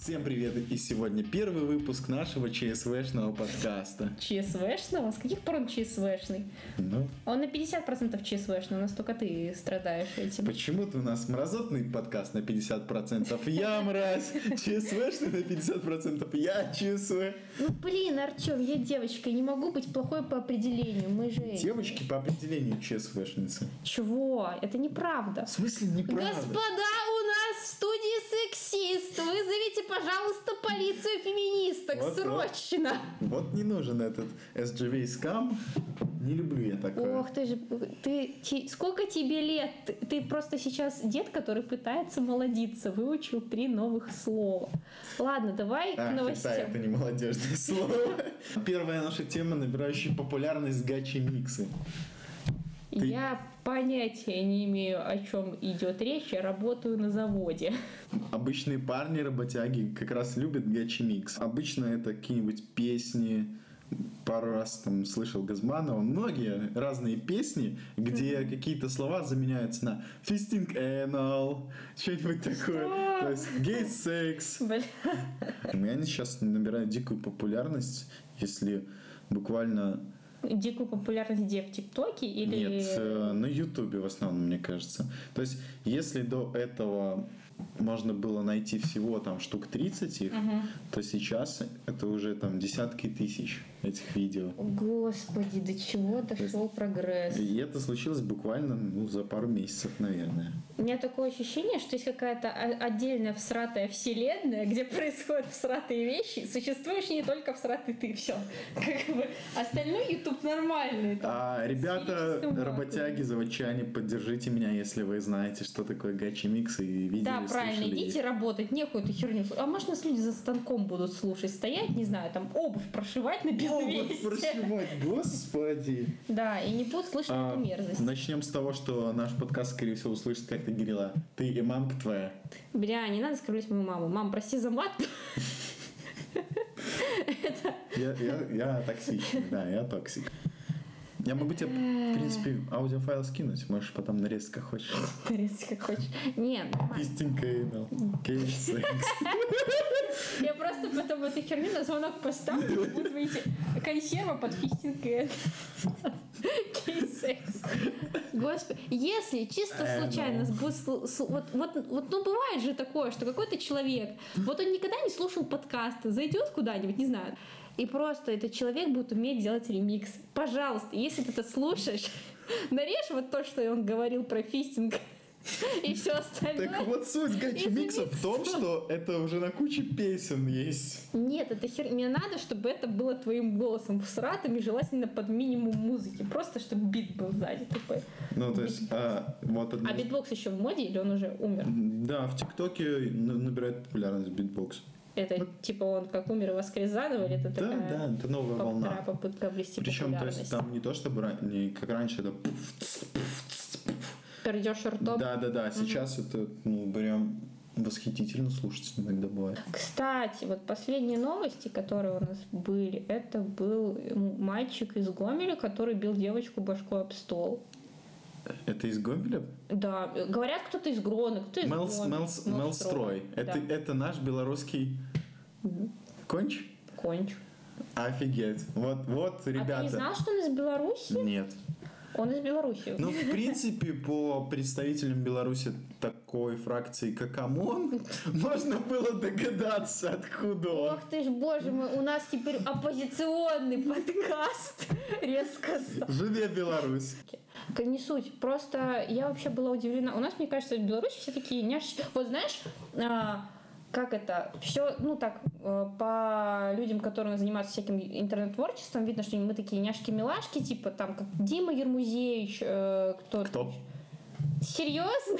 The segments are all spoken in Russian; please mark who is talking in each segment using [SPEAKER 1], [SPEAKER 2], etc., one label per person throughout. [SPEAKER 1] Всем привет! И сегодня первый выпуск нашего ЧСВшного подкаста.
[SPEAKER 2] ЧСВшного? С каких пор он ЧСВшный?
[SPEAKER 1] Ну,
[SPEAKER 2] Он на 50% ЧСВшный, у нас только ты страдаешь этим.
[SPEAKER 1] почему-то у нас мразотный подкаст на 50% я мразь, ЧСВшный на 50% я ЧСВ.
[SPEAKER 2] Ну блин, Артем, я девочка, я не могу быть плохой по определению, мы же... эти.
[SPEAKER 1] Девочки по определению ЧСВшницы.
[SPEAKER 2] Чего? Это неправда.
[SPEAKER 1] В смысле неправда?
[SPEAKER 2] Господа, у нас в студии сексист! Вызовите, пожалуйста, полицию феминисток,
[SPEAKER 1] Вот, вот.
[SPEAKER 2] срочно!
[SPEAKER 1] Вот не нужен этот SGV скам. Не люблю я такое.
[SPEAKER 2] Ох, ты же, ты, ти- сколько тебе лет? Ты, ты просто сейчас дед, который пытается молодиться, выучил три новых слова. Ладно, давай
[SPEAKER 1] А,
[SPEAKER 2] к
[SPEAKER 1] Да,
[SPEAKER 2] новостям.
[SPEAKER 1] это не молодежное слово. Первая наша тема, набирающая популярность гачи-миксы. ты-
[SPEAKER 2] Я понятия не имею, о чем идет речь, я работаю на заводе.
[SPEAKER 1] Обычные парни, работяги, как раз любят гачи-микс. Обычно это какие-нибудь песни, пару раз там слышал Газманова, многие разные песни, где какие-то слова заменяются на фистинг anal, что-нибудь такое.
[SPEAKER 2] Что?
[SPEAKER 1] То есть гей-секс.
[SPEAKER 2] Бля.
[SPEAKER 1] И они сейчас набирают дикую популярность, если буквально...
[SPEAKER 2] Дикую популярность где в ТикТоке или...
[SPEAKER 1] Нет, э, на Ютубе в основном, мне кажется. То есть, если до этого можно было найти всего там штук 30 их,
[SPEAKER 2] Мгм.
[SPEAKER 1] то сейчас это уже там десятки тысяч этих видео.
[SPEAKER 2] Господи, до чего дошел прогресс.
[SPEAKER 1] И это случилось буквально ну, за пару месяцев, наверное.
[SPEAKER 2] У меня такое ощущение, что есть какая-то о- отдельная всратая вселенная, где происходят всратые вещи, существуешь не только всратый ты, все. Как бы остальной YouTube нормальный. там.
[SPEAKER 1] А, ребята,
[SPEAKER 2] количеством
[SPEAKER 1] работяги,
[SPEAKER 2] лайков.
[SPEAKER 1] заводчане, поддержите меня, если вы знаете, что такое гачи-микс и видели,
[SPEAKER 2] да, правильно,
[SPEAKER 1] слушали
[SPEAKER 2] идите
[SPEAKER 1] их.
[SPEAKER 2] работать, нехуй эту херню. слушать. А может, нас люди за станком будут слушать, стоять, не знаю, там обувь прошивать на белом
[SPEAKER 1] О, вот
[SPEAKER 2] месте.
[SPEAKER 1] прошивать, господи.
[SPEAKER 2] Да, и не будут слышать
[SPEAKER 1] А,
[SPEAKER 2] эту мерзость.
[SPEAKER 1] Начнем с того, что наш подкаст, скорее всего, услышит как-то Гирила. Ты и мамка твоя.
[SPEAKER 2] Бля, не надо скрывать мою маму. Мам, прости за мат.
[SPEAKER 1] Я, я, я токсичный, да, я токсик. Я могу тебе, в принципе, аудиофайл скинуть, можешь потом нарезать, как хочешь.
[SPEAKER 2] Резь как хочешь. Не, нормально.
[SPEAKER 1] Истинка и ну, гей-секс.
[SPEAKER 2] Я просто потом эту херню на звонок поставлю, и будет, видите, консерва под фистинг и это. Кей-секс. Господи, если чисто
[SPEAKER 1] Э,
[SPEAKER 2] случайно
[SPEAKER 1] ну.
[SPEAKER 2] будет слу- слу- вот, вот, вот, ну бывает же такое, что какой-то человек, вот он никогда не слушал подкасты, зайдет куда-нибудь, не знаю, и просто этот человек будет уметь делать ремикс. Пожалуйста, если ты это слушаешь, нарежь вот то, что он говорил про фистинг, и все остальное.
[SPEAKER 1] Так вот суть гачи-микса в том, что это уже на куче песен есть.
[SPEAKER 2] Нет, это хер... Мне надо, чтобы это было твоим голосом всратым и желательно под минимум музыки. Просто, чтобы бит был сзади такой.
[SPEAKER 1] Ну, то есть, а, вот одна-
[SPEAKER 2] А битбокс еще в моде или он уже умер?
[SPEAKER 1] Да, в ТикТоке на- набирает популярность битбокс.
[SPEAKER 2] Это типа он как умер и воскрес заново, или это
[SPEAKER 1] Ну, Да,
[SPEAKER 2] такая
[SPEAKER 1] да, это новая
[SPEAKER 2] поп-
[SPEAKER 1] волна.
[SPEAKER 2] вторая попытка обрести
[SPEAKER 1] Причем, то есть,
[SPEAKER 2] типа, популярность?
[SPEAKER 1] там не то, чтобы ра- не как раньше, это пф,
[SPEAKER 2] Пердешь ртом.
[SPEAKER 1] Да, да, да. Сейчас это, ну, прям восхитительно слушать иногда бывает.
[SPEAKER 2] Кстати, вот последние новости, которые у нас были, это был м, мальчик из Гомеля, который бил девочку башкой об стол.
[SPEAKER 1] Это из Гомеля?
[SPEAKER 2] Да, э, говорят, кто-то из Грона, кто из
[SPEAKER 1] Мелс,
[SPEAKER 2] Грона.
[SPEAKER 1] Мелс, Мелстрой. Это,
[SPEAKER 2] Да.
[SPEAKER 1] это наш белорусский
[SPEAKER 2] Мгм.
[SPEAKER 1] конч?
[SPEAKER 2] Конч.
[SPEAKER 1] Офигеть. Вот, вот,
[SPEAKER 2] А ты не
[SPEAKER 1] ребята.
[SPEAKER 2] знал, что он из Беларуси?
[SPEAKER 1] Нет.
[SPEAKER 2] Он из Беларуси.
[SPEAKER 1] Ну, в принципе, по представителям Беларуси такой фракции, как ОМОН, можно было догадаться, откуда он.
[SPEAKER 2] Ох ты ж, боже мой, у нас теперь оппозиционный подкаст. Резко стал.
[SPEAKER 1] Живе Беларусь.
[SPEAKER 2] К- Не суть, просто я вообще была удивлена. У нас, мне кажется, в Беларуси все такие няшки. Вот знаешь, а, как это, все, ну так, э, по людям, которые занимаются всяким интернет-творчеством, видно, что мы такие няшки-милашки, типа там, как Дима Ермузевич, э, кто
[SPEAKER 1] Кто?
[SPEAKER 2] Серьезно?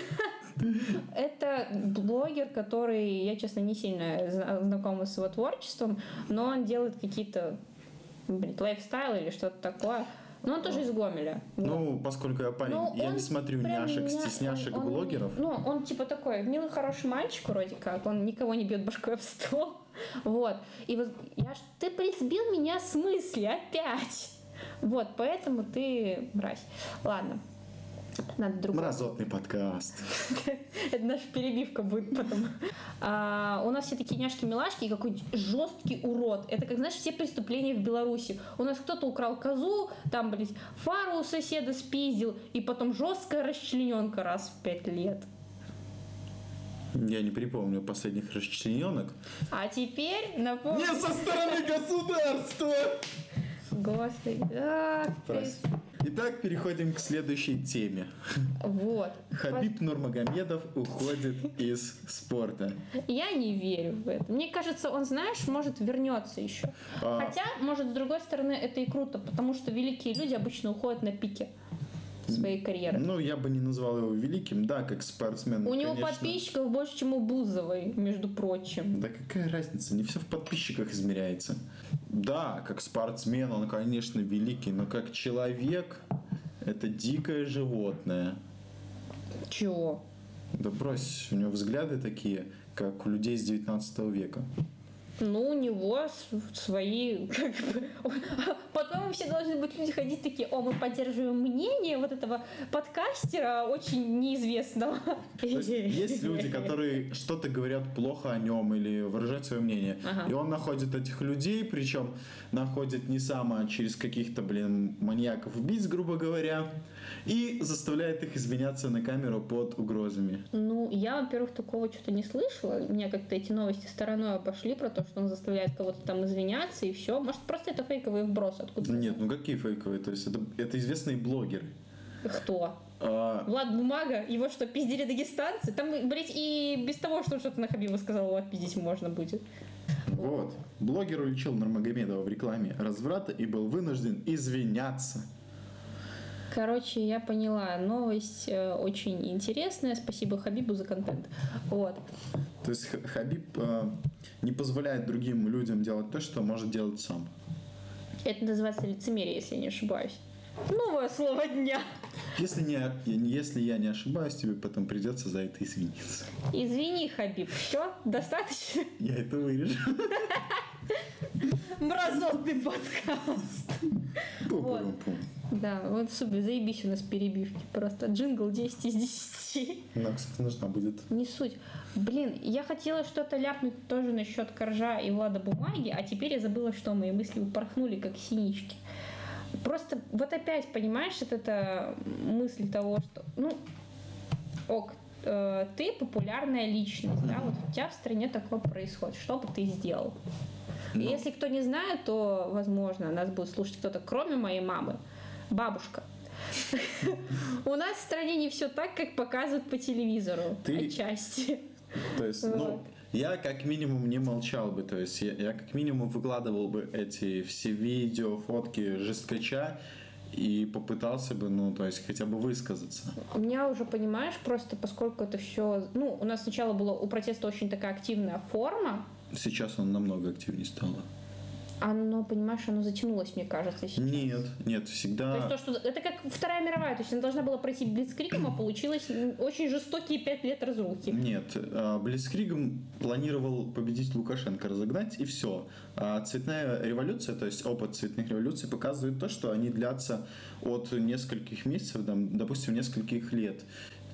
[SPEAKER 2] Это блогер, который, я, честно, не сильно зна- знакома с его творчеством, но он делает какие-то, блин, лайфстайлы или что-то такое. Но он тоже из Гомеля. Вот.
[SPEAKER 1] Ну, поскольку я парень,
[SPEAKER 2] Ну,
[SPEAKER 1] я
[SPEAKER 2] он
[SPEAKER 1] не смотрю
[SPEAKER 2] прям
[SPEAKER 1] няшек,
[SPEAKER 2] меня-
[SPEAKER 1] стесняшек,
[SPEAKER 2] он- он-
[SPEAKER 1] блогеров.
[SPEAKER 2] Ну, он типа такой милый, хороший мальчик вроде как. Он никого не бьет башкой об стол. Вот. И вот я ж- ты присбил меня в смысле опять. Вот, поэтому ты мразь. Ладно. Надо другое.
[SPEAKER 1] Мразотный подкаст.
[SPEAKER 2] Это наша перебивка будет потом. А, у нас все такие няшки-милашки и какой-нибудь жесткий урод. Это, как знаешь, все преступления в Беларуси. У нас кто-то украл козу, там, блядь, фару у соседа спиздил, и потом жесткая расчлененка раз в пять лет.
[SPEAKER 1] Я не припомню последних расчлененок.
[SPEAKER 2] А теперь напомню...
[SPEAKER 1] Не со стороны государства!
[SPEAKER 2] Господи, ах ты.
[SPEAKER 1] Прости. Итак, переходим к следующей теме.
[SPEAKER 2] Вот.
[SPEAKER 1] Хабиб Нурмагомедов уходит из спорта.
[SPEAKER 2] Я не верю в это. Мне кажется, он, знаешь, может вернется еще.
[SPEAKER 1] А,
[SPEAKER 2] Хотя, может, с другой стороны, это и круто, потому что великие люди обычно уходят на пике своей карьеры.
[SPEAKER 1] ну, я бы не назвал его великим, да, как спортсмен.
[SPEAKER 2] У него
[SPEAKER 1] Ну, конечно.
[SPEAKER 2] подписчиков больше, чем у Бузовой, между прочим.
[SPEAKER 1] Да какая разница, не все в подписчиках измеряется. Да, как спортсмен он, конечно, великий, но как человек это дикое животное.
[SPEAKER 2] Чего?
[SPEAKER 1] Да брось, у него взгляды такие, как у людей с 19 века.
[SPEAKER 2] Ну, у него с- свои, как бы... Потом все должны быть люди ходить такие, о, мы поддерживаем мнение вот этого подкастера очень неизвестного.
[SPEAKER 1] То есть, есть люди, которые что-то говорят плохо о нем или выражают свое мнение.
[SPEAKER 2] Ага.
[SPEAKER 1] И он находит этих людей, причем находит не сам, а через каких-то, блин, маньяков убийц, грубо говоря, и заставляет их изменяться на камеру под угрозами.
[SPEAKER 2] Ну, я, во-первых, такого что-то не слышала. Меня как-то эти новости стороной обошли про то, что он заставляет кого-то там извиняться и все. Может, просто это фейковый вброс откуда?
[SPEAKER 1] Нет, ну какие фейковые? То есть это, это известные блогеры.
[SPEAKER 2] Кто?
[SPEAKER 1] А,
[SPEAKER 2] Влад Бумага? Его что, пиздили дагестанцы? Там, блядь, и без того, что он что-то на Хабиба сказал, отпиздить можно будет.
[SPEAKER 1] вот. Блогер уличил Нурмагомедова в рекламе разврата и был вынужден извиняться.
[SPEAKER 2] Короче, я поняла. Новость э, очень интересная. Спасибо Хабибу за контент. Вот.
[SPEAKER 1] То есть Х- Хабиб а, не позволяет другим людям делать то, что может делать сам.
[SPEAKER 2] Это называется лицемерие, если я не ошибаюсь. Новое слово дня.
[SPEAKER 1] Если, не, если я не ошибаюсь, тебе потом придется за это извиниться.
[SPEAKER 2] Извини, Хабиб. Все, достаточно.
[SPEAKER 1] Я это вырежу.
[SPEAKER 2] Мразотный подкаст.
[SPEAKER 1] Пу-пу-рум-пум.
[SPEAKER 2] Да, вот супер, заебись у нас перебивки. Просто джингл 10 из 10.
[SPEAKER 1] Нам, кстати, нужна будет.
[SPEAKER 2] Не суть. Блин, я хотела что-то ляпнуть тоже насчет Коржа и Влада Бумаги, а теперь я забыла, что мои мысли упорхнули, как синички. Просто вот опять, понимаешь, вот эта мысль того, что, ну, ок, э, ты популярная личность, да, вот у тебя в стране такое происходит, что бы ты сделал? И
[SPEAKER 1] Ну.
[SPEAKER 2] Если кто не знает, то, возможно, нас будет слушать кто-то, кроме моей мамы, бабушка. У нас в стране не все так, как показывают по телевизору.
[SPEAKER 1] Ты-
[SPEAKER 2] Отчасти.
[SPEAKER 1] То есть, ну,
[SPEAKER 2] Вот.
[SPEAKER 1] я как минимум не молчал бы. То есть, я, я как минимум выкладывал бы эти все видео, фотки жесткача и попытался бы, ну, то есть, хотя бы высказаться.
[SPEAKER 2] У меня уже, понимаешь, просто поскольку это все... Ну, у нас сначала была у протеста очень такая активная форма,
[SPEAKER 1] Сейчас он намного активнее стало.
[SPEAKER 2] оно, понимаешь, оно затянулось, мне кажется, сейчас.
[SPEAKER 1] Нет, нет,
[SPEAKER 2] То есть
[SPEAKER 1] всегда...
[SPEAKER 2] то, что... Это как Вторая мировая, то есть она должна была пройти блицкриком, а получилось м, очень жестокие пять лет разрухи.
[SPEAKER 1] Нет, а, Блицкригом планировал победить Лукашенко, разогнать и все. А цветная революция, то есть опыт цветных революций показывает то, что они длятся от нескольких месяцев, там, допустим, нескольких лет.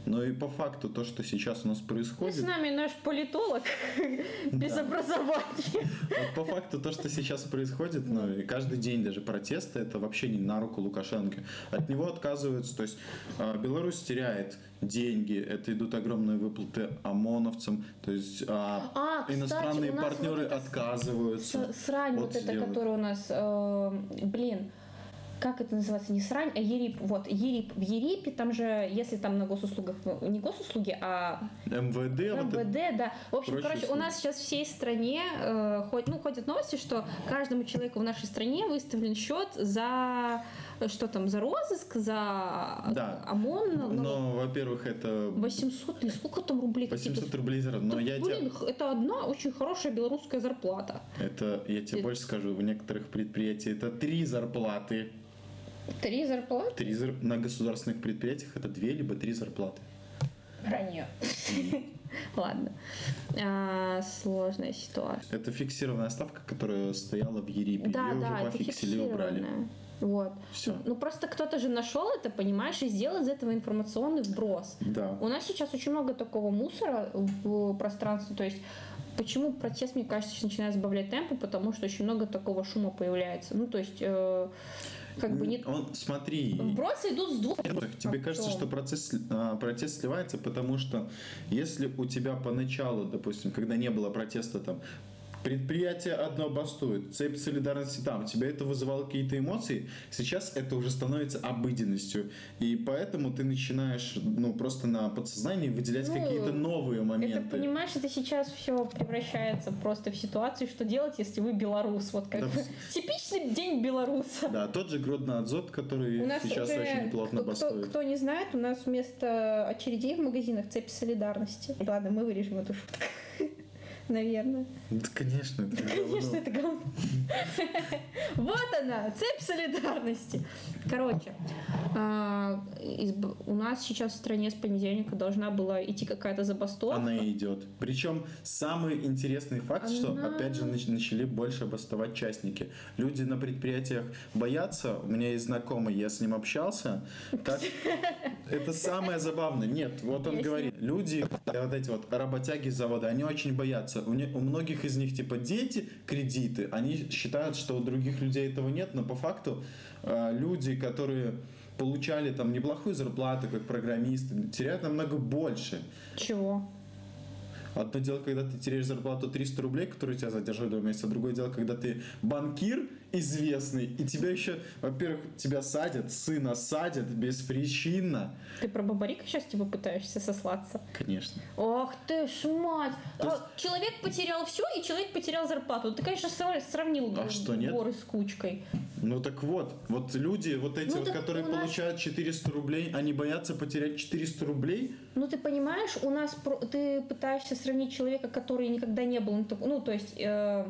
[SPEAKER 1] Но и по факту то, что сейчас у нас
[SPEAKER 2] И с
[SPEAKER 1] происходит,
[SPEAKER 2] нами наш политолог без
[SPEAKER 1] Да.
[SPEAKER 2] образования.
[SPEAKER 1] вот по факту то, что сейчас происходит, ну, и каждый день даже протесты, это вообще не на руку Лукашенко. От него отказываются, то есть а, Беларусь теряет деньги, это идут огромные выплаты ОМОНовцам, то есть а,
[SPEAKER 2] А, кстати,
[SPEAKER 1] Иностранные
[SPEAKER 2] у нас
[SPEAKER 1] партнеры
[SPEAKER 2] вот эта
[SPEAKER 1] отказываются.
[SPEAKER 2] с- Срань
[SPEAKER 1] Вот
[SPEAKER 2] вот, эта,
[SPEAKER 1] сделают.
[SPEAKER 2] которая у нас, э, блин, как это называется, не срань, а Ерип. Вот, Ерип. В Ерипе там же, если там на госуслугах, ну, не госуслуги, а
[SPEAKER 1] МВД, вот это-
[SPEAKER 2] МВД, да. В общем,
[SPEAKER 1] прочие
[SPEAKER 2] короче, у
[SPEAKER 1] услуги.
[SPEAKER 2] нас сейчас всей стране э, ход- ну, ходят новости, что каждому человеку в нашей стране выставлен счет за, э, что там, за розыск, за
[SPEAKER 1] Да.
[SPEAKER 2] ОМОН. ну,
[SPEAKER 1] но, во-первых, это
[SPEAKER 2] 800 или сколько там рублей? какие-то
[SPEAKER 1] 800 рублей за раз. Но
[SPEAKER 2] Да,
[SPEAKER 1] Ну, я
[SPEAKER 2] блин,
[SPEAKER 1] тебе,
[SPEAKER 2] х- это одна очень хорошая белорусская зарплата.
[SPEAKER 1] это, я тебе
[SPEAKER 2] Э.
[SPEAKER 1] больше скажу, в некоторых предприятиях это три зарплаты.
[SPEAKER 2] Три зарплаты?
[SPEAKER 1] Три зар- На государственных предприятиях это две либо три зарплаты.
[SPEAKER 2] Ранее. Ладно. А, Сложная ситуация.
[SPEAKER 1] Это фиксированная ставка, которая стояла в Ерипе.
[SPEAKER 2] Да,
[SPEAKER 1] Ее
[SPEAKER 2] да,
[SPEAKER 1] уже
[SPEAKER 2] это
[SPEAKER 1] пофиксили и убрали.
[SPEAKER 2] фиксированная. Вот.
[SPEAKER 1] Все.
[SPEAKER 2] Ну просто кто-то же нашел это, понимаешь, и сделал из этого информационный вброс.
[SPEAKER 1] Да.
[SPEAKER 2] У нас сейчас очень много такого мусора в пространстве. То есть, почему протест, мне кажется, начинает сбавлять темпы, потому что очень много такого шума появляется. Ну, то есть, э, как бы не...
[SPEAKER 1] Он, смотри.
[SPEAKER 2] Вбросы идут с двух...
[SPEAKER 1] а, Тебе кажется, что процесс, а, протест сливается, потому что если у тебя поначалу, допустим, когда не было протеста там, предприятие одно бастует, цепь солидарности там, у тебя это вызывало какие-то эмоции, сейчас это уже становится обыденностью, и поэтому ты начинаешь, ну, просто на подсознании выделять
[SPEAKER 2] Ну,
[SPEAKER 1] какие-то новые
[SPEAKER 2] Это,
[SPEAKER 1] моменты.
[SPEAKER 2] понимаешь, это сейчас все превращается просто в ситуацию, что делать, если вы белорус. Вот как
[SPEAKER 1] Да,
[SPEAKER 2] бы.
[SPEAKER 1] пс-
[SPEAKER 2] типичный день белоруса.
[SPEAKER 1] Да, тот же Гродно-Отзот, который
[SPEAKER 2] У нас
[SPEAKER 1] сейчас
[SPEAKER 2] уже,
[SPEAKER 1] очень неплотно
[SPEAKER 2] кто, кто-
[SPEAKER 1] бастует.
[SPEAKER 2] кто не знает, у нас вместо очередей в магазинах цепь солидарности. Ладно, мы вырежем эту шутку. Наверное.
[SPEAKER 1] Да, ну. конечно, это говно.
[SPEAKER 2] Конечно, это говно. Вот она, цепь солидарности. Короче, а, изб- у нас сейчас в стране с понедельника должна была идти какая-то
[SPEAKER 1] Она
[SPEAKER 2] забастовка.
[SPEAKER 1] и идет. Причем самый интересный факт, что
[SPEAKER 2] Она-
[SPEAKER 1] опять же нач- начали больше бастовать частники. Люди на предприятиях боятся. У меня есть знакомый, я с ним общался. Так, это самое забавное. Нет, вот он
[SPEAKER 2] Я с
[SPEAKER 1] говорит, люди, э, вот эти вот работяги с завода, они очень боятся. У, не- у многих из них типа дети, кредиты. Они считают, что у других людей этого нет, но по факту э, люди, которые получали там неплохую зарплату как программисты, теряют намного больше.
[SPEAKER 2] Чего?
[SPEAKER 1] Одно дело, когда ты теряешь зарплату 300 рублей, которые тебя задерживают два месяца. Другое дело, когда ты банкир известный, и тебя еще, во-первых, тебя садят, сына садят беспричинно.
[SPEAKER 2] Ты про бабарика сейчас типа пытаешься сослаться?
[SPEAKER 1] Конечно.
[SPEAKER 2] Ох ты ж мать!
[SPEAKER 1] То
[SPEAKER 2] А, Человек потерял все, и человек потерял зарплату. Ты, конечно, сра- сравнил
[SPEAKER 1] А что, нет?
[SPEAKER 2] горы с кучкой.
[SPEAKER 1] Ну так вот, вот люди, вот эти
[SPEAKER 2] Ну
[SPEAKER 1] вот,
[SPEAKER 2] так
[SPEAKER 1] которые
[SPEAKER 2] у нас-
[SPEAKER 1] получают 400 рублей, они боятся потерять 400 рублей.
[SPEAKER 2] Ну, ты понимаешь, у нас про- ты пытаешься сравнить человека, который никогда не был, на таку- ну, то есть, э,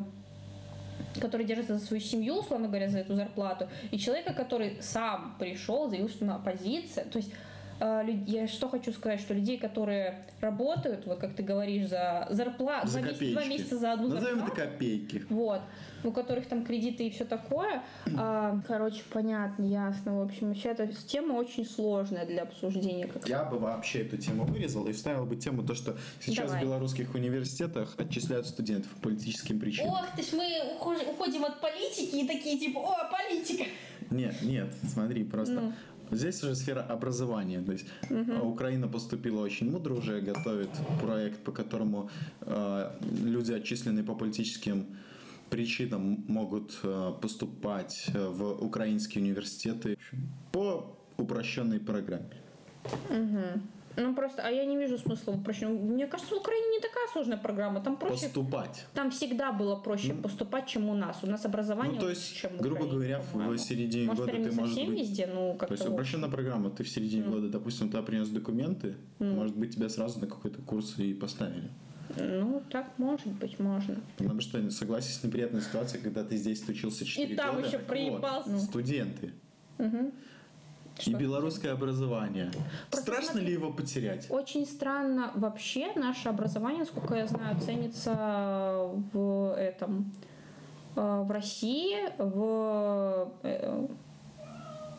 [SPEAKER 2] который держится за свою семью, условно говоря, за эту зарплату, и человека, который сам пришел, заявил, что на оппозиция. То есть, э, люд- я что хочу сказать, что людей, которые работают, вот как ты говоришь, за зарплату,
[SPEAKER 1] За
[SPEAKER 2] два
[SPEAKER 1] копеечки.
[SPEAKER 2] месяца за одну
[SPEAKER 1] Назовем это
[SPEAKER 2] зарплату,
[SPEAKER 1] копейки.
[SPEAKER 2] вот, у которых там кредиты и все такое. А, короче, понятно, ясно. В общем, вообще эта тема очень сложная для обсуждения. Как
[SPEAKER 1] Я бы вообще эту тему вырезал и вставил бы тему то, что сейчас
[SPEAKER 2] Давай.
[SPEAKER 1] в белорусских университетах отчисляют студентов по политическим причинам.
[SPEAKER 2] Ох ты ж, мы ухож- уходим от политики и такие типа, о, политика.
[SPEAKER 1] Нет, нет, смотри, просто
[SPEAKER 2] Ну.
[SPEAKER 1] Здесь уже сфера образования. То есть э, Украина поступила очень мудро, уже готовит проект, по которому э, люди, отчисленные по политическим причинам, могут э, поступать э, в украинские университеты по упрощенной программе.
[SPEAKER 2] Ну просто, а я не вижу смысла проще. Мне кажется, в Украине не такая сложная программа, там проще.
[SPEAKER 1] Поступать.
[SPEAKER 2] Там всегда было проще
[SPEAKER 1] Ну.
[SPEAKER 2] поступать, чем у нас. У нас
[SPEAKER 1] Ну,
[SPEAKER 2] образование
[SPEAKER 1] то
[SPEAKER 2] лучше,
[SPEAKER 1] есть,
[SPEAKER 2] чем в
[SPEAKER 1] грубо
[SPEAKER 2] Украине,
[SPEAKER 1] говоря, в
[SPEAKER 2] по-моему.
[SPEAKER 1] середине
[SPEAKER 2] Может,
[SPEAKER 1] года
[SPEAKER 2] прям не
[SPEAKER 1] ты можешь
[SPEAKER 2] совсем
[SPEAKER 1] быть...
[SPEAKER 2] везде, ну
[SPEAKER 1] То
[SPEAKER 2] как-то.
[SPEAKER 1] есть
[SPEAKER 2] вот.
[SPEAKER 1] упрощенная программа, ты в середине
[SPEAKER 2] Мгм.
[SPEAKER 1] года, допустим, туда принес документы,
[SPEAKER 2] Ну.
[SPEAKER 1] может быть, тебя сразу на какой-то курс и поставили.
[SPEAKER 2] Ну, так может быть, можно.
[SPEAKER 1] Потому что, ну, согласись, неприятная ситуация, когда ты здесь учился 4
[SPEAKER 2] И там
[SPEAKER 1] года.
[SPEAKER 2] еще
[SPEAKER 1] Вот,
[SPEAKER 2] проебался.
[SPEAKER 1] студенты.
[SPEAKER 2] Мгм.
[SPEAKER 1] И
[SPEAKER 2] Что?
[SPEAKER 1] белорусское образование.
[SPEAKER 2] Просто
[SPEAKER 1] Страшно
[SPEAKER 2] смотри.
[SPEAKER 1] ли его потерять?
[SPEAKER 2] Очень странно вообще наше образование, насколько я знаю, ценится в этом э, в России, в э,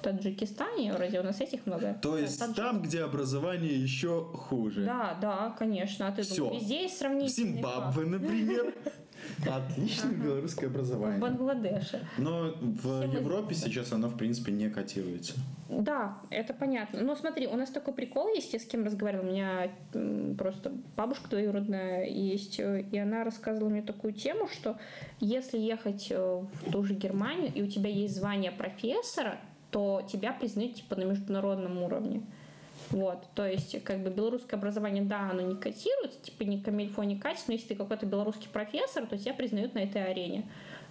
[SPEAKER 2] Таджикистане, вроде у нас этих много.
[SPEAKER 1] То
[SPEAKER 2] Да,
[SPEAKER 1] есть
[SPEAKER 2] таджик-
[SPEAKER 1] там, где образование еще хуже.
[SPEAKER 2] Да, да, конечно. А ты
[SPEAKER 1] Всё.
[SPEAKER 2] думаешь, везде есть
[SPEAKER 1] В
[SPEAKER 2] сравнительный
[SPEAKER 1] Зимбабве, например. Отличное
[SPEAKER 2] Ага.
[SPEAKER 1] белорусское
[SPEAKER 2] факт. В
[SPEAKER 1] образование.
[SPEAKER 2] Бангладеше.
[SPEAKER 1] Но в
[SPEAKER 2] Все мы
[SPEAKER 1] Европе
[SPEAKER 2] знаем.
[SPEAKER 1] сейчас оно, в принципе, не котируется.
[SPEAKER 2] Да, это понятно. Но смотри, у нас такой прикол есть, я с кем разговаривала. У меня м, просто бабушка двоюродная есть, э, и она рассказывала мне такую тему, что если ехать э, в ту же Германию, и у тебя есть звание профессора, то тебя признают типа на международном уровне. Вот, то есть, как бы белорусское образование, да, оно не котируется, типа ни камильфо, ни катит, но если ты какой-то белорусский профессор, то тебя признают на этой арене.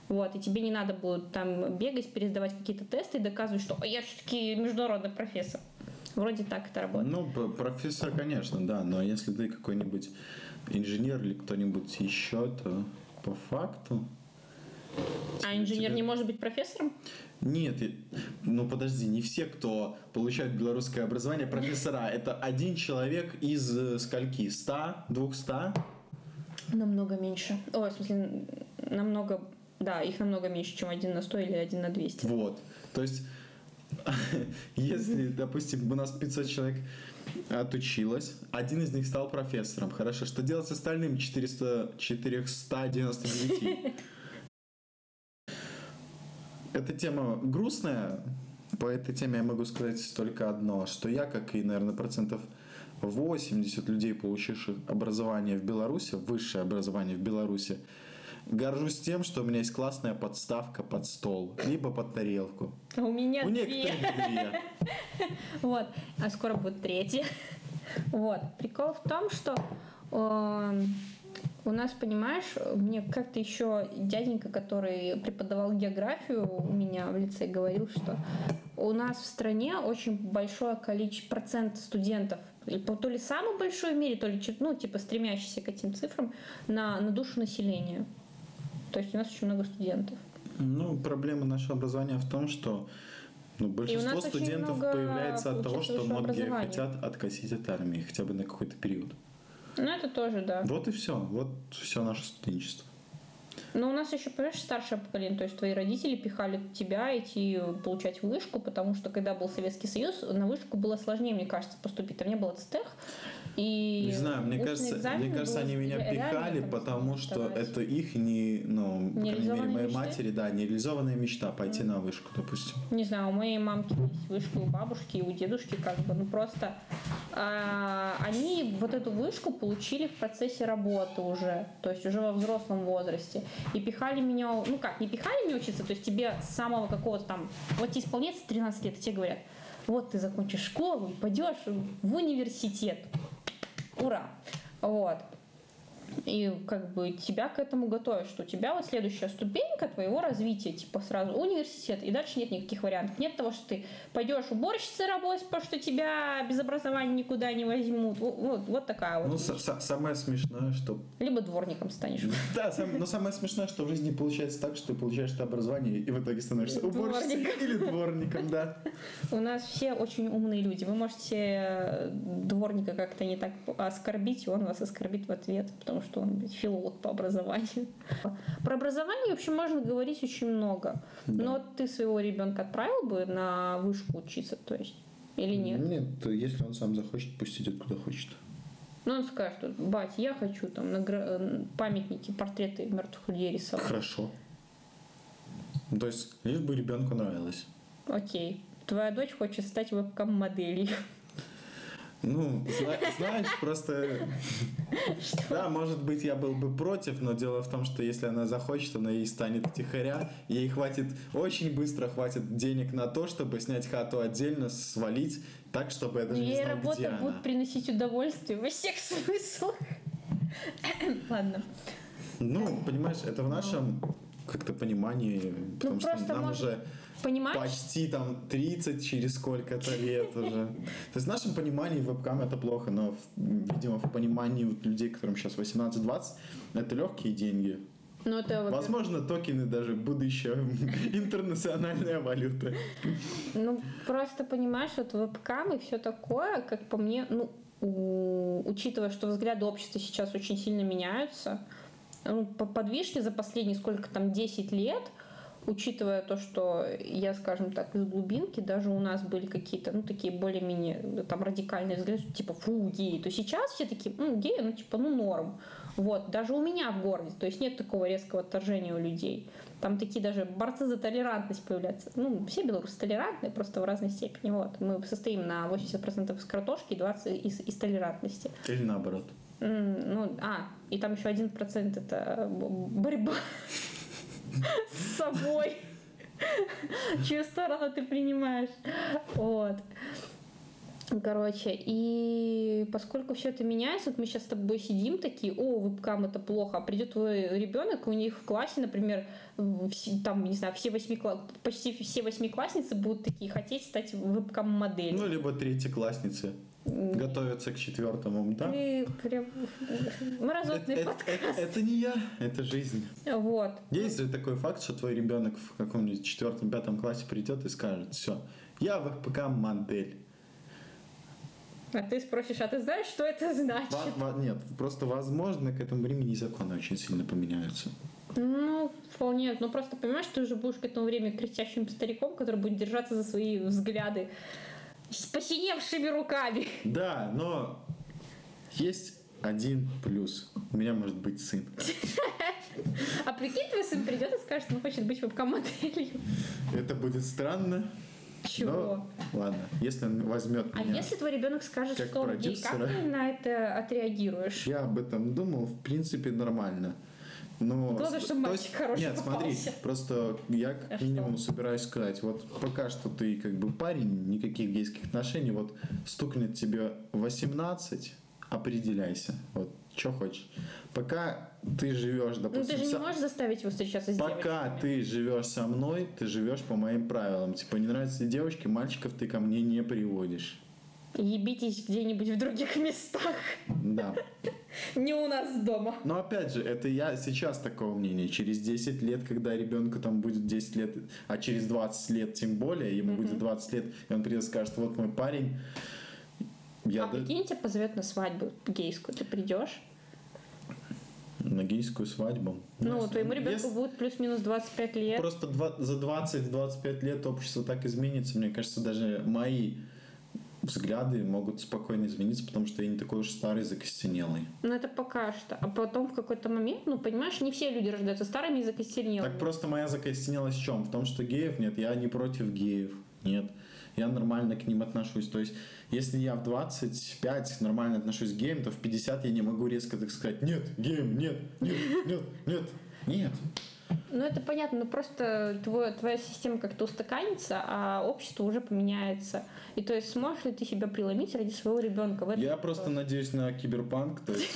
[SPEAKER 2] Вот, и тебе не надо будет там бегать, пересдавать какие-то тесты и доказывать, что «А я все-таки международный профессор. Вроде так это работает.
[SPEAKER 1] Ну, п- профессор, конечно, да, но если ты какой-нибудь инженер или кто-нибудь еще, то по факту...
[SPEAKER 2] А
[SPEAKER 1] тебе-
[SPEAKER 2] инженер
[SPEAKER 1] Ну, тебе-
[SPEAKER 2] не может быть профессором?
[SPEAKER 1] Нет, и- ну подожди, не все, кто получает белорусское образование, профессора. Это один человек из э, скольки? 100? 200?
[SPEAKER 2] Намного меньше. Ой, в смысле, намного... Да, их намного меньше, чем один на 100 или один на 200.
[SPEAKER 1] Вот. То есть, если, допустим, у нас 500 человек отучилось, один из них стал профессором. Хорошо, что делать с остальным 400, 499? Эта тема грустная. По этой теме я могу сказать только одно, что я, как и, наверное, процентов 80 людей, получивших образование в Беларуси, высшее образование в Беларуси, горжусь тем, что у меня есть классная подставка под стол, либо под тарелку.
[SPEAKER 2] А у меня
[SPEAKER 1] У
[SPEAKER 2] две.
[SPEAKER 1] некоторых две.
[SPEAKER 2] Вот. А скоро будет третья. Вот. Прикол в том, что э, у нас, понимаешь, мне как-то еще дяденька, который преподавал географию у меня в лице, говорил, что у нас в стране очень большое количество процент студентов, и по- то ли самый большой в мире, то ли чуть- ну, типа стремящийся к этим цифрам на, на душу населения. То есть у нас очень много студентов.
[SPEAKER 1] Ну, проблема нашего образования в том, что ну,
[SPEAKER 2] у
[SPEAKER 1] большинство
[SPEAKER 2] нас очень
[SPEAKER 1] студентов
[SPEAKER 2] много
[SPEAKER 1] появляется от того,
[SPEAKER 2] получается
[SPEAKER 1] что
[SPEAKER 2] высшего
[SPEAKER 1] многие
[SPEAKER 2] образования.
[SPEAKER 1] хотят откосить от армии хотя бы на какой-то период.
[SPEAKER 2] Ну, это тоже, да.
[SPEAKER 1] Вот и все. Вот все наше студенчество.
[SPEAKER 2] Но Ну, у нас еще, понимаешь, старшее поколение, то есть твои родители пихали тебя идти э, получать вышку, потому что когда был Советский Союз, на вышку было сложнее, мне кажется, поступить. Там не было цитех. И
[SPEAKER 1] не знаю, мне
[SPEAKER 2] устные
[SPEAKER 1] кажется,
[SPEAKER 2] экзамены
[SPEAKER 1] мне кажется,
[SPEAKER 2] было
[SPEAKER 1] они меня
[SPEAKER 2] ре- реально
[SPEAKER 1] пихали,
[SPEAKER 2] там
[SPEAKER 1] потому что
[SPEAKER 2] сдавать.
[SPEAKER 1] это их не, ну, по крайней мере,
[SPEAKER 2] Нереализованные
[SPEAKER 1] моей
[SPEAKER 2] мечты?
[SPEAKER 1] матери, да, нереализованная мечта пойти на вышку, допустим.
[SPEAKER 2] Не знаю, у моей мамки есть вышка, у бабушки, и у дедушки как бы, ну просто а, они вот эту вышку получили в процессе работы уже, то есть уже во взрослом возрасте. И пихали меня, ну как, не пихали меня учиться, то есть тебе с самого какого-то там, вот тебе исполняется 13 лет, и тебе говорят, вот ты закончишь школу и пойдешь в университет. Ура! Вот. И как бы тебя к этому готовят, что у тебя вот следующая ступенька твоего развития, типа сразу университет, и дальше нет никаких вариантов. Нет того, что ты пойдешь уборщицей работать, потому что тебя без образования никуда не возьмут. Во- Вот, вот такая
[SPEAKER 1] Ну,
[SPEAKER 2] вот.
[SPEAKER 1] са-
[SPEAKER 2] вещь.
[SPEAKER 1] са- самое смешное, что
[SPEAKER 2] Либо дворником станешь.
[SPEAKER 1] Да, сам- но самое смешное, что в жизни получается так, что ты получаешь это образование и в итоге становишься уборщицей
[SPEAKER 2] Дворником.
[SPEAKER 1] или дворником, да.
[SPEAKER 2] У нас все очень умные люди. Вы можете э, дворника как-то не так оскорбить, и он вас оскорбит в ответ, потому что он ведь филолог по образованию. Про образование вообще можно говорить очень много.
[SPEAKER 1] Да.
[SPEAKER 2] Но ты своего ребенка отправил бы на вышку учиться, то есть, или нет?
[SPEAKER 1] Ну, то если он сам захочет, пусть идет куда хочет.
[SPEAKER 2] Ну, он скажет, что, бать, я хочу там на гра- э, памятники, портреты мертвых людей рисовать.
[SPEAKER 1] Хорошо. Ну, То есть, лишь бы ребенку нравилось.
[SPEAKER 2] Окей. Твоя дочь хочет стать вебкам-моделью.
[SPEAKER 1] Ну, зна- знаешь, просто... Да, может быть, я был бы против, но дело в том, что если она захочет, она ей станет тихоря. Ей хватит, очень быстро хватит денег на то, чтобы снять хату отдельно, свалить, так, чтобы я даже не
[SPEAKER 2] Ну, Ей
[SPEAKER 1] знал, где
[SPEAKER 2] работа
[SPEAKER 1] она.
[SPEAKER 2] будет приносить удовольствие во всех смыслах. Ладно.
[SPEAKER 1] Ну, понимаешь, это в нашем как-то понимании, потому что
[SPEAKER 2] Ну. просто
[SPEAKER 1] нам
[SPEAKER 2] может-
[SPEAKER 1] уже
[SPEAKER 2] Понимаешь?
[SPEAKER 1] почти там 30 через сколько-то лет уже. То есть в нашем понимании вебкам это плохо, но, в- видимо, в понимании вот людей, которым сейчас 18-20, это легкие деньги.
[SPEAKER 2] Ну, это, во-первых,
[SPEAKER 1] Возможно, токены даже будущее интернациональная валюта.
[SPEAKER 2] ну, просто понимаешь, вот вебкам и все такое, как по мне, ну, у- учитывая, что взгляды общества сейчас очень сильно меняются, ну, по- подвижки за последние сколько там, 10 лет, учитывая то, что я, скажем так, из глубинки, даже у нас были какие-то, ну, такие более-менее ну, там радикальные взгляды, типа, фу, геи, то сейчас все такие, ну, геи, ну, типа, ну, норм. Вот, даже у меня в городе, то есть нет такого резкого отторжения у людей. Там такие даже борцы за толерантность появляются. Ну, все белорусы толерантные, просто в разной степени. Вот, мы состоим на 80% из картошки и 20% из, из толерантности.
[SPEAKER 1] Или наоборот.
[SPEAKER 2] М, Ну, а, и там еще 1% это б- борьба с собой. Чью сторону ты принимаешь? Вот. Короче, и поскольку все это меняется, вот мы сейчас с тобой сидим такие, о, вебкам это плохо, а придет твой ребенок, у них в классе, например, м, вс- там, не знаю, все восьмикла... почти все восьмиклассницы будут такие хотеть стать
[SPEAKER 1] Ну,
[SPEAKER 2] вебкам-моделью.
[SPEAKER 1] либо третьеклассницы
[SPEAKER 2] М,
[SPEAKER 1] готовятся к четвертому, да? Э,
[SPEAKER 2] ты прям
[SPEAKER 1] Это-
[SPEAKER 2] Мразотный
[SPEAKER 1] это-
[SPEAKER 2] подкаст.
[SPEAKER 1] это- это не я, это жизнь.
[SPEAKER 2] Вот.
[SPEAKER 1] Есть же такой факт, что твой ребенок в каком-нибудь четвертом-пятом классе придет и скажет, все, я ВПК модель.
[SPEAKER 2] А ты спросишь, а ты знаешь, что это значит?
[SPEAKER 1] Во- во- нет, просто возможно к этому времени законы очень сильно поменяются.
[SPEAKER 2] Ну, вполне. Ну, просто понимаешь, ты уже будешь к этому времени кричащим стариком, который будет держаться за свои взгляды с посиневшими руками.
[SPEAKER 1] Да, но есть один плюс. У меня может быть сын.
[SPEAKER 2] А прикинь, твой сын придет и скажет, что он хочет быть вебкам-моделью.
[SPEAKER 1] Это будет странно.
[SPEAKER 2] Чего?
[SPEAKER 1] Но, ладно, если он возьмет
[SPEAKER 2] А
[SPEAKER 1] меня.
[SPEAKER 2] если твой ребенок скажет,
[SPEAKER 1] Как
[SPEAKER 2] что он гей, как
[SPEAKER 1] продюсера.
[SPEAKER 2] ты на это отреагируешь?
[SPEAKER 1] Я об этом думал, в принципе, нормально. Но...
[SPEAKER 2] Главное,
[SPEAKER 1] с-
[SPEAKER 2] чтобы
[SPEAKER 1] то
[SPEAKER 2] мальчик хороший
[SPEAKER 1] Нет,
[SPEAKER 2] попался.
[SPEAKER 1] смотри, просто я
[SPEAKER 2] А
[SPEAKER 1] как
[SPEAKER 2] что?
[SPEAKER 1] минимум собираюсь сказать, вот пока что ты как бы парень, никаких гейских отношений, вот стукнет тебе 18, определяйся, вот что хочешь. Пока ты живешь,
[SPEAKER 2] Ну, ты
[SPEAKER 1] допустим,
[SPEAKER 2] же не
[SPEAKER 1] со-
[SPEAKER 2] можешь заставить его встречаться с
[SPEAKER 1] пока
[SPEAKER 2] девочками.
[SPEAKER 1] ты живешь со мной, ты живешь по моим правилам. Типа не нравятся девочки, мальчиков ты ко мне не приводишь.
[SPEAKER 2] Ебитесь где-нибудь в других местах,
[SPEAKER 1] Да.
[SPEAKER 2] не у нас дома.
[SPEAKER 1] Но опять же, это я сейчас такого мнения. Через 10 лет, когда ребенку там будет 10 лет, а через 20 лет тем более, ему
[SPEAKER 2] Мгм.
[SPEAKER 1] будет 20 лет, и он придет и скажет, вот мой парень, я
[SPEAKER 2] а
[SPEAKER 1] да-
[SPEAKER 2] прикинь, тебя позовет на свадьбу гейскую, ты придешь?
[SPEAKER 1] на гейскую свадьбу.
[SPEAKER 2] Ну,
[SPEAKER 1] если-
[SPEAKER 2] твоему ребенку
[SPEAKER 1] если-
[SPEAKER 2] будет плюс-минус 25 лет.
[SPEAKER 1] Просто два- за 20-25 лет общество так изменится. Мне кажется, даже мои взгляды могут спокойно измениться, потому что я не такой уж старый, закостенелый.
[SPEAKER 2] Но это пока что. А потом в какой-то момент, ну, понимаешь, не все люди рождаются старыми и закостенелыми.
[SPEAKER 1] Так просто моя закостенелость в чем? В том, что геев нет, я не против геев, нет. Я нормально к ним отношусь. То есть, если я в 25 нормально отношусь к геям, то в 50 я не могу резко так сказать, нет, геям, нет, нет, нет, нет, нет.
[SPEAKER 2] Ну, это понятно, но просто твой, твоя система как-то устаканится, а общество уже поменяется. И то есть сможешь ли ты себя преломить ради своего ребенка? В этом
[SPEAKER 1] Я
[SPEAKER 2] вопрос.
[SPEAKER 1] просто надеюсь на киберпанк, то есть...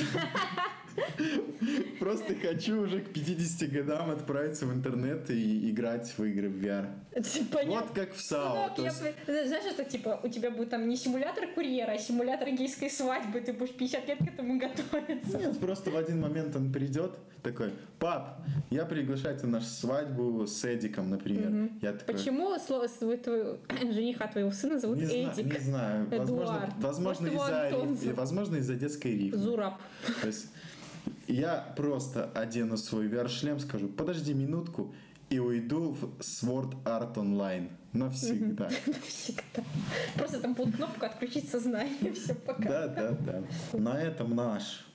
[SPEAKER 1] Просто хочу уже к 50 годам отправиться в интернет и играть в игры в VR.
[SPEAKER 2] Это
[SPEAKER 1] Вот
[SPEAKER 2] типа, Понятно.
[SPEAKER 1] как в
[SPEAKER 2] Сынок,
[SPEAKER 1] САО. то
[SPEAKER 2] я
[SPEAKER 1] есть-
[SPEAKER 2] бы- Знаешь, это типа у тебя будет там не симулятор курьера, а симулятор гейской свадьбы, ты будешь 50 лет к этому готовиться.
[SPEAKER 1] Нет, просто в один момент он придет такой, пап, я приглашаю тебя на нашу свадьбу с Эдиком, например.
[SPEAKER 2] Мгм.
[SPEAKER 1] Я такой,
[SPEAKER 2] Почему слово свой- твоего- жениха твоего сына зовут
[SPEAKER 1] Не, зна-
[SPEAKER 2] Эдик?
[SPEAKER 1] не знаю, возможно,
[SPEAKER 2] Эдуард.
[SPEAKER 1] возможно
[SPEAKER 2] Может, его
[SPEAKER 1] из-за
[SPEAKER 2] Антон
[SPEAKER 1] риф-
[SPEAKER 2] зовут?
[SPEAKER 1] возможно, из-за детской рифмы.
[SPEAKER 2] Зураб.
[SPEAKER 1] То есть я просто одену свой VR-шлем, скажу, подожди минутку, и уйду в Sword Art Online навсегда.
[SPEAKER 2] Навсегда. Просто там будут кнопку отключить сознание. Все, пока.
[SPEAKER 1] Да, да, да. На этом наш.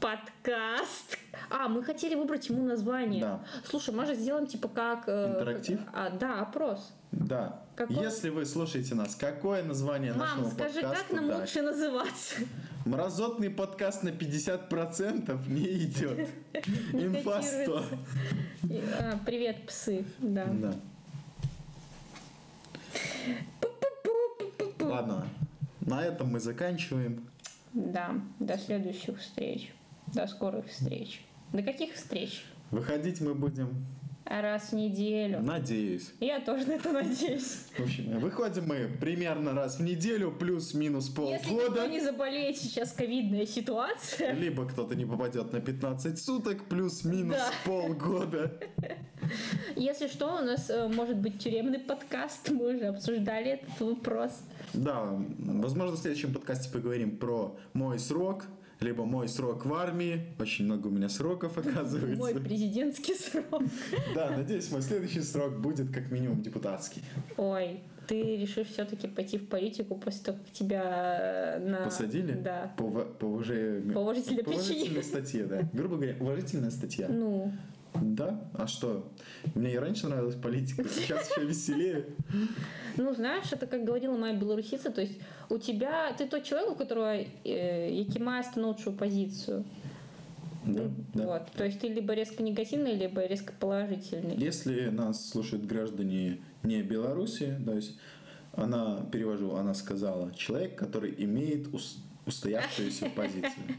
[SPEAKER 2] Подкаст. А, мы хотели выбрать ему название.
[SPEAKER 1] Да.
[SPEAKER 2] Слушай, может, сделаем типа как... э,
[SPEAKER 1] Интерактив?
[SPEAKER 2] как- а, да, опрос.
[SPEAKER 1] Да.
[SPEAKER 2] Какое-
[SPEAKER 1] Если вы слушаете нас, какое название
[SPEAKER 2] Мам,
[SPEAKER 1] нашего
[SPEAKER 2] скажи,
[SPEAKER 1] подкаста?
[SPEAKER 2] как нам
[SPEAKER 1] Да.
[SPEAKER 2] лучше называться?
[SPEAKER 1] Мразотный подкаст на 50% не идет.
[SPEAKER 2] Не
[SPEAKER 1] Инфа 100.
[SPEAKER 2] котируется. И, а, Привет, псы. Да.
[SPEAKER 1] Да.
[SPEAKER 2] Пу-пу-пу-пу-пу.
[SPEAKER 1] Ладно. На этом мы заканчиваем.
[SPEAKER 2] Да, до следующих встреч. До скорых встреч. До каких встреч?
[SPEAKER 1] Выходить мы будем,
[SPEAKER 2] Раз в неделю.
[SPEAKER 1] надеюсь.
[SPEAKER 2] Я тоже на это надеюсь.
[SPEAKER 1] В общем, выходим мы примерно раз в неделю, плюс-минус
[SPEAKER 2] Если никто
[SPEAKER 1] полгода.
[SPEAKER 2] не заболеет сейчас ковидная ситуация,
[SPEAKER 1] Либо кто-то не попадет на 15 суток, плюс-минус
[SPEAKER 2] Да.
[SPEAKER 1] полгода.
[SPEAKER 2] Если что, у нас э, может быть тюремный подкаст, мы уже обсуждали этот вопрос.
[SPEAKER 1] Да, возможно, в следующем подкасте поговорим про мой срок, либо мой срок в армии. Очень много у меня сроков,
[SPEAKER 2] Мой
[SPEAKER 1] оказывается.
[SPEAKER 2] президентский срок.
[SPEAKER 1] Да, надеюсь, мой следующий срок будет как минимум депутатский.
[SPEAKER 2] Ой, ты решишь все-таки пойти в политику после того, как тебя э, на...
[SPEAKER 1] Посадили?
[SPEAKER 2] Да.
[SPEAKER 1] По, в- по уже...
[SPEAKER 2] По уважительной
[SPEAKER 1] уважительной
[SPEAKER 2] причине.
[SPEAKER 1] статье, да. Грубо говоря, уважительная статья.
[SPEAKER 2] Ну,
[SPEAKER 1] Да? А что? Мне и раньше нравилась политика, сейчас еще веселее.
[SPEAKER 2] ну, знаешь, это как говорила моя белорусица, то есть у тебя, ты тот человек, у которого э, які мае станоўчую позицию.
[SPEAKER 1] Да,
[SPEAKER 2] Ну,
[SPEAKER 1] да.
[SPEAKER 2] вот. То есть ты либо резко негативный, либо резко положительный.
[SPEAKER 1] Если нас слушают граждане не Беларуси, то есть она, перевожу, она сказала, человек, который имеет ус- устоявшуюся позицию,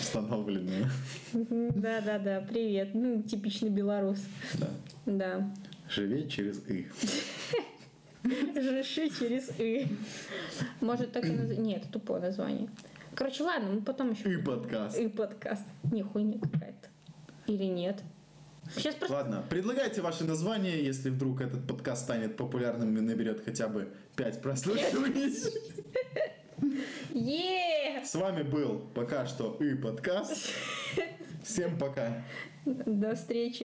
[SPEAKER 1] установленную.
[SPEAKER 2] Да-да-да, привет. Ну, типичный белорус.
[SPEAKER 1] Да.
[SPEAKER 2] Да.
[SPEAKER 1] Живи через «и».
[SPEAKER 2] Жиши через И. Может, так и название. Нет, тупое название. Короче, ладно, мы потом еще.
[SPEAKER 1] «И» подкаст.
[SPEAKER 2] И подкаст. Не хуйня какая-то. Или нет. Сейчас просто.
[SPEAKER 1] Ладно, предлагайте ваши названия, если вдруг этот подкаст станет популярным и наберет хотя бы 5 прослушиваний.
[SPEAKER 2] Еее!
[SPEAKER 1] С вами был пока что и подкаст. Всем пока.
[SPEAKER 2] До встречи.